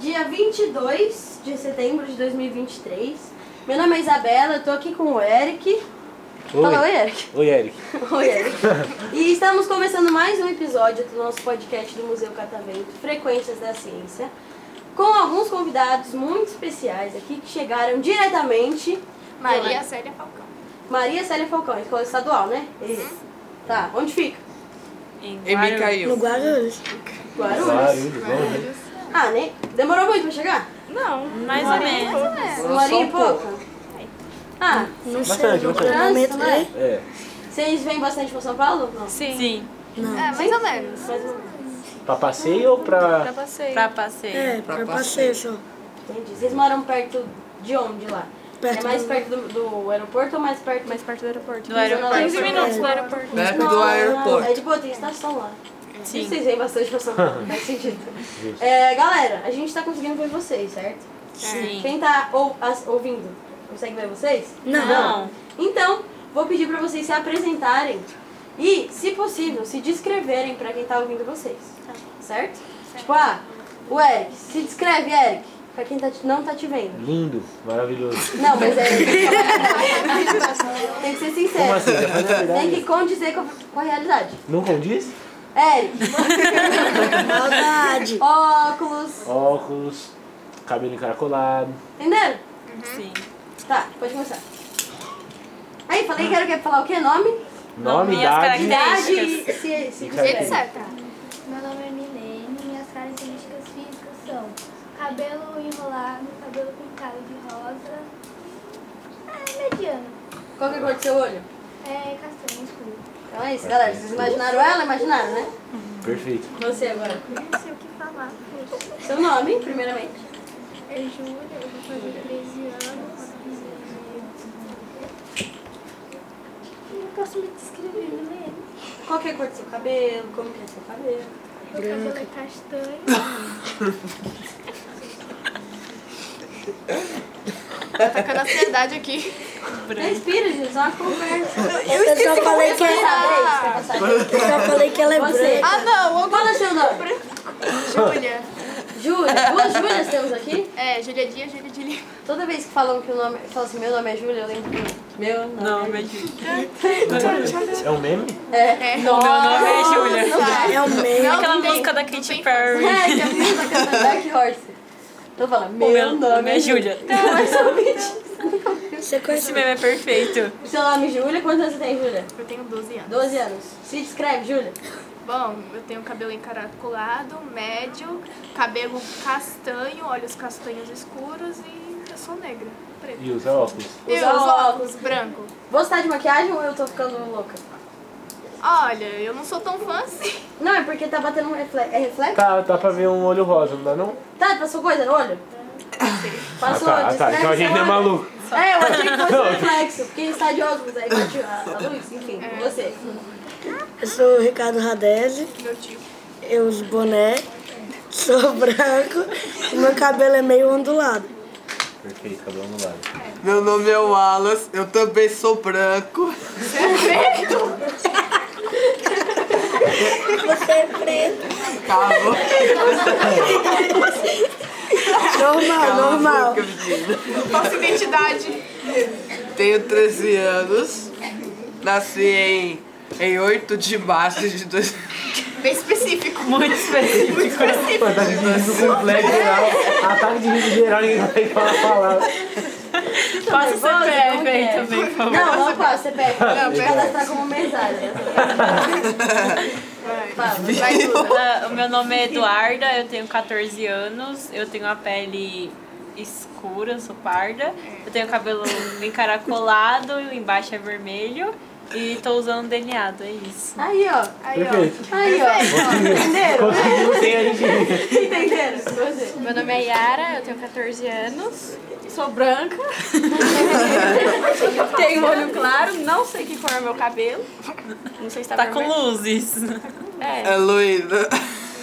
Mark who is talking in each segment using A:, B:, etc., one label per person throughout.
A: Dia 22 de setembro de 2023. Meu nome é Isabela, eu tô aqui com o Eric. Fala, oi, Eric.
B: Oi, Eric.
A: Oi, Eric. E estamos começando mais um episódio do nosso podcast do Museu Catavento, Frequências da Ciência, com alguns convidados muito especiais aqui que chegaram diretamente.
C: é
D: Maria Célia Falcão.
A: Maria Célia Falcão, escola estadual, né? Isso. Tá, onde fica?
E: E me caiu.
F: Guarulhos.
A: Guarulhos.
B: Guarulhos, vamos ver.
A: Ah, né? Demorou muito pra chegar?
D: Não, mais ou menos.
A: Uma horinha e pouco. Ah,
F: Não sei.
B: Bastante, bastante.
A: trânsito, né?
B: É.
A: Vocês vêm bastante pra São Paulo? Não.
D: Sim.
C: É,
F: Não.
A: Mais ou menos. Mais ou menos.
B: Pra passeio ou pra.
D: passeio. Pra passeio.
F: É, pra passeio só.
A: Entendi. Vocês moram perto de onde lá?
F: Perto
A: é mais
F: do-
A: perto do, do aeroporto ou mais perto? É. Mais perto
D: Do aeroporto.
A: 15
C: É.
A: minutos
D: do aeroporto.
E: Perto do aeroporto.
A: É de boa, tem estação lá.
D: Sim.
A: Vocês vêm bastante pra São Paulo, faz sentido. É, galera, a gente tá conseguindo ver vocês, certo?
D: Sim.
A: Quem tá ou, as- ouvindo, consegue ver vocês?
F: Não.
A: Então, vou pedir pra vocês se apresentarem e, se possível, se descreverem pra quem tá ouvindo vocês. Certo? Tipo, ah, o Eric, se descreve, Eric, pra quem tá te- não tá te vendo.
B: Lindo, maravilhoso.
A: Não, mas é. Tem que ser sincero.
B: Como assim? Já faz a
A: Tem
B: verdade?
A: que condizer com a, com a realidade.
B: Não condiz?
A: Eric,
F: Maldade.
A: óculos.
B: Óculos, cabelo encaracolado.
A: Entenderam?
D: Sim.
A: Tá, pode começar. Aí, falei que era que falar o quê? Nome?
B: Nome,
D: Minhas
B: idade.
A: Idade e
D: Características.
A: se, se
B: características.
G: Meu nome é Milene e minhas características físicas são cabelo enrolado, cabelo pintado de rosa. É mediano.
A: Qual que é a cor do seu olho?
G: É castanho escuro.
A: Então é isso, galera. Vocês imaginaram ela? Imaginaram, né?
B: Perfeito.
A: Você agora.
G: Não sei o que falar. É
A: Seu nome, primeiramente.
G: Júlia, eu vou fazer 13 anos. Eu Não posso me descrever, Milene.
A: Qual que é a cor do seu cabelo? Como que é seu cabelo?
G: Meu cabelo é castanho.
C: É.
A: Respira, gente. Só uma conversa.
F: Eu só falei que é- eu só falei que ela é
A: Você.
C: Ah,
F: branca.
A: não. Qual é seu nome? Júlia. Júlia. Duas Júlias temos aqui.
C: É, Júlia Dias, Júlia de Lima.
A: Toda vez que falam que o nome, falam assim, meu nome é Júlia, eu lembro que meu nome
D: Não, meu Deus.
B: É um meme?
A: é...
D: Meu nome é Júlia.
F: É o meio.
D: Aquela
C: não tem.
D: música da Katy Perry.
A: É, que a menina tá cantando Dark Horse. Então fala, meu,
D: O meu nome é
A: Júlia.
D: Júlia.
A: Mais ou menos.
F: Você conhece
D: Esse meme é perfeito.
A: Seu nome é Júlia, quantos anos você tem, Júlia?
C: Eu tenho 12 anos.
A: 12 anos. Se descreve, Júlia.
C: Bom, eu tenho cabelo encaracolado, médio, cabelo castanho, olhos castanhos escuros e eu sou negra, preta.
B: E usa óculos.
C: E os
A: Usa
C: óculos branco.
A: Você tá de maquiagem ou eu tô ficando louca?
C: Olha, eu não sou tão fã assim.
A: Não, é porque tá batendo um reflexo. É reflexo?
B: Tá, dá pra ver um olho rosa, não dá não?
A: Tá, passou coisa no olho?
B: Ah
A: Passou,
B: tá, ah, tá.
A: descreve
B: Então a gente
A: seu
B: não é
A: olho.
B: maluco.
A: É, eu achei que fosse um reflexo, porque está de óculos aí, bate a a luz, enfim, você.
F: Eu sou o Ricardo Radese,
C: Meu tio.
F: eu uso boné, sou branco, e meu cabelo é meio ondulado.
B: Perfeito, cabelo no lado.
E: Meu nome é Wallace, eu também sou branco.
F: Você é preto.
E: Calma.
F: Normal, normal.
E: boca, menina.
C: Falsa identidade.
E: Tenho 13 anos. Nasci em, em 8 de março de dois-
C: Bem específico.
D: Muito específico.
B: Ataque de riso complexo, geral. Ataque de riso geral, ninguém vai falar a palavra.
D: Passa o CPF aí
A: quero.
D: também, por favor.
A: Não, não posso, você pega. Não,
B: pega.
A: cadastrar como mensagem. Fala, vai tudo.
D: Ah, o meu nome é Eduarda, eu tenho 14 anos, eu tenho a pele escura, eu sou parda, eu tenho cabelo encaracolado, embaixo é vermelho e tô usando delineado, é isso.
A: Aí, ó.
C: Aí, ó.
B: Perfeito.
A: Aí, ó. Entenderam?
B: Conseguimos sem a gente.
A: Entenderam? Você.
C: Meu nome é Yara, eu tenho 14 anos.
D: Sou branca,
C: Tenho olho claro, não sei que cor é meu cabelo. Não sei se
D: tá com luzes.
E: É Luísa.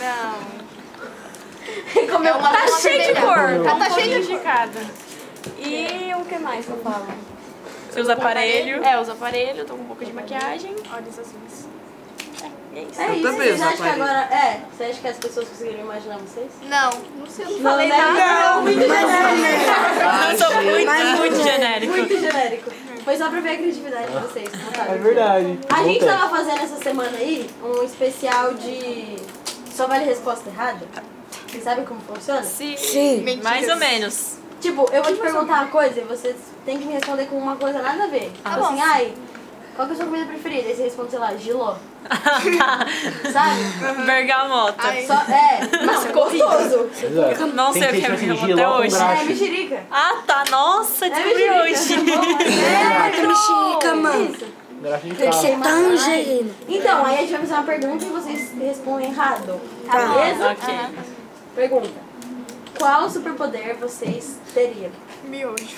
C: Não.
A: Comeu uma
C: Tá cheio de cor.
B: Tá-
C: Tá, cheio de cada.
D: E eu
A: que mais que eu falo?
D: Seus aparelhos. É, os aparelhos, tô com um pouco de maquiagem.
C: Olhos azuis.
D: É isso.
A: É
E: Eu
A: isso,
E: também
A: vocês
E: uso
A: acham que
E: aparelho.
A: agora. É, você acha que as pessoas conseguiriam imaginar vocês?
C: Não, não sei, eu não
A: Não,
C: falei
A: né?
C: nada.
A: Não, muito genérico.
D: Eu sou muito,
F: Mas
D: muito
F: não é.
D: genérico.
A: Muito genérico. Foi só pra ver a criatividade de vocês. não tá?
B: É verdade.
A: A gente tá
B: Voltei.
A: tava fazendo essa semana aí um especial de só vale resposta errada. Vocês sabem como funciona?
D: Sim.
F: Sim.
C: Mentiras.
D: Mais ou menos.
A: Tipo, eu vou te perguntar uma coisa e vocês têm que me responder com uma coisa nada a ver. tipo
C: bom.
A: assim, ai, qual que é a sua comida preferida? Aí você responde, sei lá, giló. Sabe?
D: Bergamota.
C: Ai.
A: Só, é, não, gostoso.
B: Exato.
D: Não sei o que é
B: Tem gente
D: bergamota
B: que
D: até
B: finge
D: hoje.
B: logo
A: É, mexerica.
D: Ah, tá. Nossa,
A: É
D: descobri hoje.
A: mexerica. Tá É.
F: Ah, que mexerica, mano.
A: Isso.
B: Graxa de
F: Tem que ser
B: carro.
F: tangerina.
A: Então, aí a gente vai fazer uma pergunta e vocês respondem errado. Tá
F: Tá.
A: beleza?
D: Ok.
A: Pergunta. Qual superpoder vocês teriam?
C: Miojo.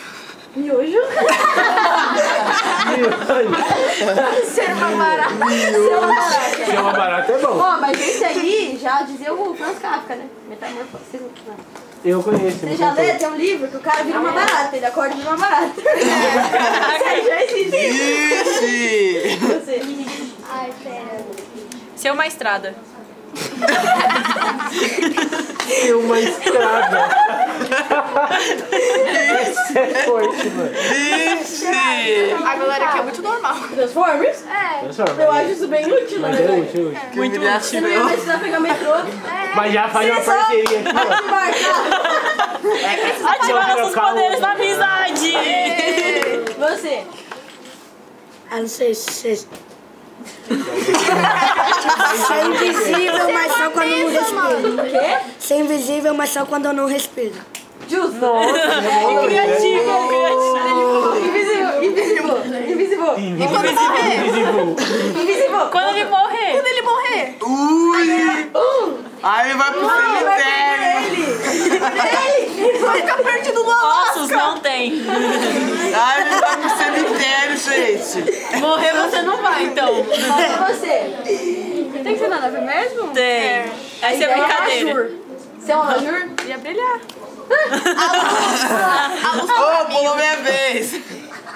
A: Miojo?
C: Ser uma barata.
B: Se é uma barata, é bom.
A: Ó, mas esse aí já dizia o Franz Kafka, né? Metamorfose. Vocês não- não.
B: Eu conheço.
A: Você
B: me
A: já
B: contou.
A: lê? Tem um livro que o cara vira uma barata. Ele acorda e vira uma barata. Sério, já existe isso.
E: Ixi!
A: Você.
G: Ai, pera.
D: Ser uma estrada.
B: Tem uma estrada. Isso é forte, mano.
E: Ixi!
C: A galera aqui é muito normal.
A: Transformers?
G: É,
B: Transforma.
A: Eu acho isso bem útil, né,
B: Mas é
A: velho?
B: útil, é útil.
E: Que
A: Você não ia
E: humilhação!
A: mais precisar pegar metrô.
B: Mas já faz uma
A: Vocês são-
B: parceria aqui, ó.
A: Desembarcar.
B: trocar
D: Ativar nossos
B: o-
D: poderes da amizade.
A: Você.
F: Ah, não sei se vocês. Ser invisível, mas só quando eu não respiro.
A: O quê?
F: Ser invisível, mas só quando eu não respiro.
A: Justo.
C: É.
A: criativo, criativo. Invisível, invisível, invisível.
B: Invisível.
A: Invisível.
D: Quando ele morrer.
C: Quando ele morrer,
E: Ui! Aí vai pro
A: Não, vai
E: cemitério!
A: perder ele. Ele.
C: vai ficar perdido no
D: Ossos não tem.
E: Ai, ele vai pro cemitério, gente!
D: Morrer você não vai, então.
A: Pra você. Tem que ser nada a ver mesmo? um
D: Tem. Essa
C: Então,
D: é brincadeira.
A: Você é um abajur?
C: ia brilhar.
E: Ô, pulou minha vez!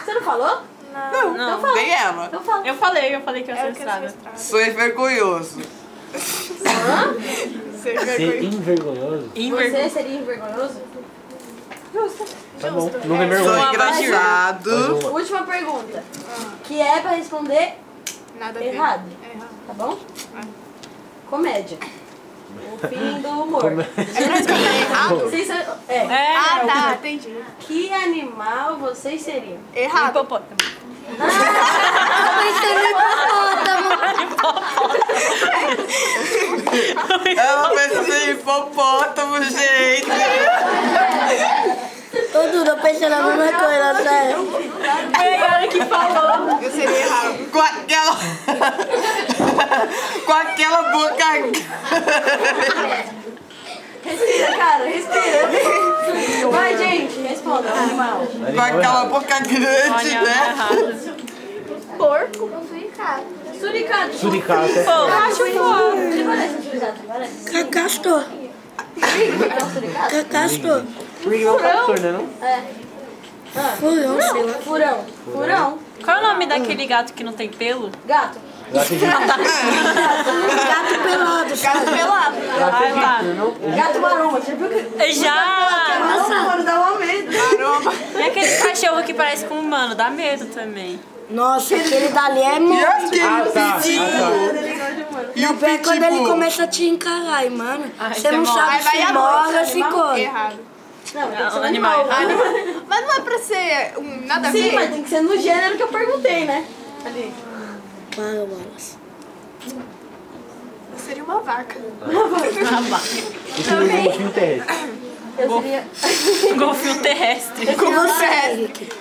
A: Você não falou?
E: Não,
A: Então fala.
E: nem ela.
A: Então fala.
D: Eu falei, eu falei que eu ia ser
C: É Eu quero
D: estrada.
C: ser estrada.
E: Sou envergonhoso.
C: Ser
B: Ser
C: vergonha.
B: envergonhoso.
A: Você seria envergonhoso? Justo.
B: Tá bom. Não tem
E: Sou
B: vergonha.
E: engraçado.
B: Mais uma.
A: Última pergunta. Que é pra responder Tá
C: Nada a ver.
A: errado,
C: É errado.
A: tá bom? Ah. Comédia. O fim do humor.
C: É pra escolher errado?
A: Vocês são- é.
D: É.
C: Ah, tá, entendi.
A: Que animal vocês seriam?
C: Errado.
D: Hipopótamo.
E: Ela pensou em hipopótamo, gente.
F: Todo mundo pensa na mesma coisa, sério.
D: Ei, olha que falou.
C: Eu seria errado.
E: Com aquela. Com aquela boca.
A: Respira, cara, respira. Vai, gente, responda. o Animal.
E: Com aquela boca grande,
D: Olha, é
E: né?
D: errado.
C: Porco.
G: Eu fui em casa.
A: Suricato.
B: Suricata.
D: Pô, acho fofo.
A: Ele parece um suricato, parece.
F: Cacastor.
A: É um suricato?
F: Cacastor.
B: Ring não tá absurdo, né? Não?
A: É.
F: Furão, sei lá.
A: Furão. Furão.
D: Qual é o nome daquele gato que não tem pelo?
A: Gato.
B: Lá tem gente.
F: Gato Tá pelado.
C: Gato pelado.
B: Lá tem
D: Ai, lá.
B: gente, não?
A: Gato maromba. Já viu que...
D: Já!
A: Nossa, mano, dá uma medo.
D: E aquele cachorro que parece com um humano, dá medo também.
F: Nossa, aquele dali é
E: E
F: monstro.
E: aquele
B: Ah, tá. Ah,
A: Ele gosta de humano.
E: E o
F: É quando ele
E: pitbull.
F: começa a te encarar, e, mano.
D: Ai,
F: Você
D: você
F: não
D: morre.
F: sabe
C: Aí vai
F: se
C: a
F: morre
C: morte.
F: ou se come.
C: Errado.
A: Não, tem que ser
D: É
A: um
D: um
A: animal.
D: animal.
C: Ah, não- Mas não é pra ser um nada a
A: Sim,
C: ver?
A: mas tem que ser no gênero que eu perguntei, né? Ali.
F: Para, Wallace.
C: Eu seria uma vaca.
B: Isso é um golfinho terrestre.
A: Eu seria...
D: Um golfinho terrestre.
F: E você,
C: é.
F: Eric?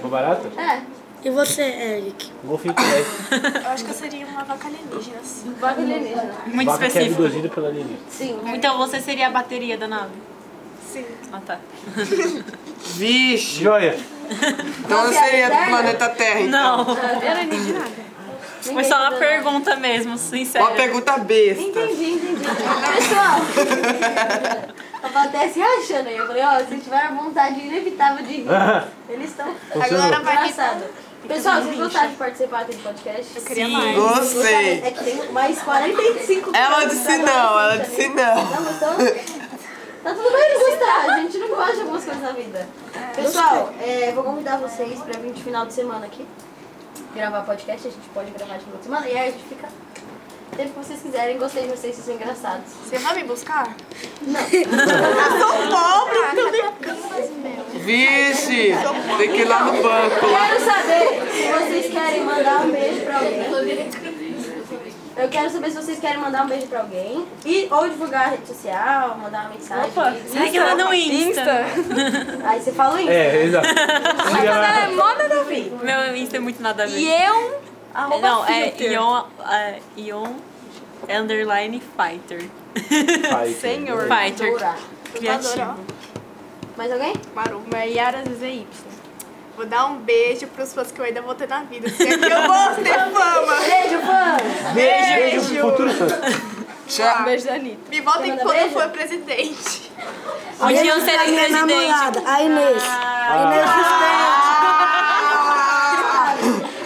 B: Uma barata?
A: É,
F: E você, Eric?
B: Um golfinho terrestre.
C: Eu acho que eu seria uma vaca alienígena, assim.
A: vaca alienígena.
D: Muito
B: Vaca que é
D: específico.
B: abduzida pela alienígena.
A: Sim.
D: Então você seria a bateria da nave?
C: Sim.
D: Ah, tá.
E: Vixe.
B: Joia.
E: Então eu seria do planeta Terra.
D: Não,
E: então.
D: foi só
A: Ninguém
D: uma
A: né?
D: pergunta mesmo,
E: Uma
D: sincera.
E: pergunta besta.
A: Entendi, entendi. Pessoal, A plateia se rachando aí. Eu falei, ó, se tiver a vontade inevitável de rir, eles estão
B: Funcionou.
C: vai me-
A: engraçados.
D: tá
A: Pessoal, vocês gostaram de participar aqui do podcast? Eu
D: queria mais.
E: Gostei.
A: É que tem mais 45
E: Ela
A: pessoas
E: disse
A: agora,
E: não, ela
A: gente,
E: disse
A: né?
E: não.
A: Não gostou? Tá tudo bem não gostar, a gente não gosta de algumas coisas na vida. Pessoal, é, vou convidar vocês pra vir de final de semana aqui gravar podcast. A gente pode gravar de final de semana e aí a gente fica o tempo que vocês quiserem. Gostei de vocês, vocês são engraçados.
C: Você vai me buscar? então, né?
E: Vixe, tem que ir lá no banco.
A: Quero saber se vocês querem mandar um beijo pra alguém. Eu quero saber se vocês querem mandar um beijo pra alguém. E, ou divulgar a rede social, mandar uma mensagem.
D: Será que manda um Insta?
A: Aí você fala isso. é
B: É, exato. Siga lá.
A: moda da vida.
D: Meu Insta é muito nada a ver.
A: Ion.
D: É, Não, é
A: filter.
D: Ion, é, Ion underline fighter.
B: Vai,
C: Senhor.
B: filho.
D: Fighter
A: Dura.
D: criativo.
A: Mais alguém?
C: Maruma, Yara ZY. Vou dar um beijo pros fãs que eu ainda vou ter na vida. Se é que eu vou ter fama.
A: Beijo, fã.
B: Beijo, beijo pro futuro santo.
C: Um
E: Tchau.
C: Me
A: Você manda
C: voltem quando eu
A: beijo?
C: for presidente.
D: Um dia eu serei
F: minha
D: presidente.
F: namorada, a Inês. A Inês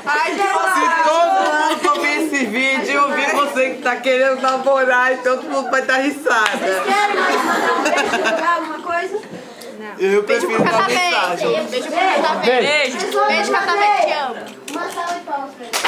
E: Ai, se todo mundo ouvir esse vídeo, eu vi você que tá querendo namorar e todo mundo vai estar risada.
A: Querem mais mandar um beijo, divulgar alguma coisa?
E: Eu prefiro dar mensagem.
C: Beijo pro Catavento.
D: Beijo.
C: Beijo, Catavento. Te amo.
G: Uma salva de palmas pra ele.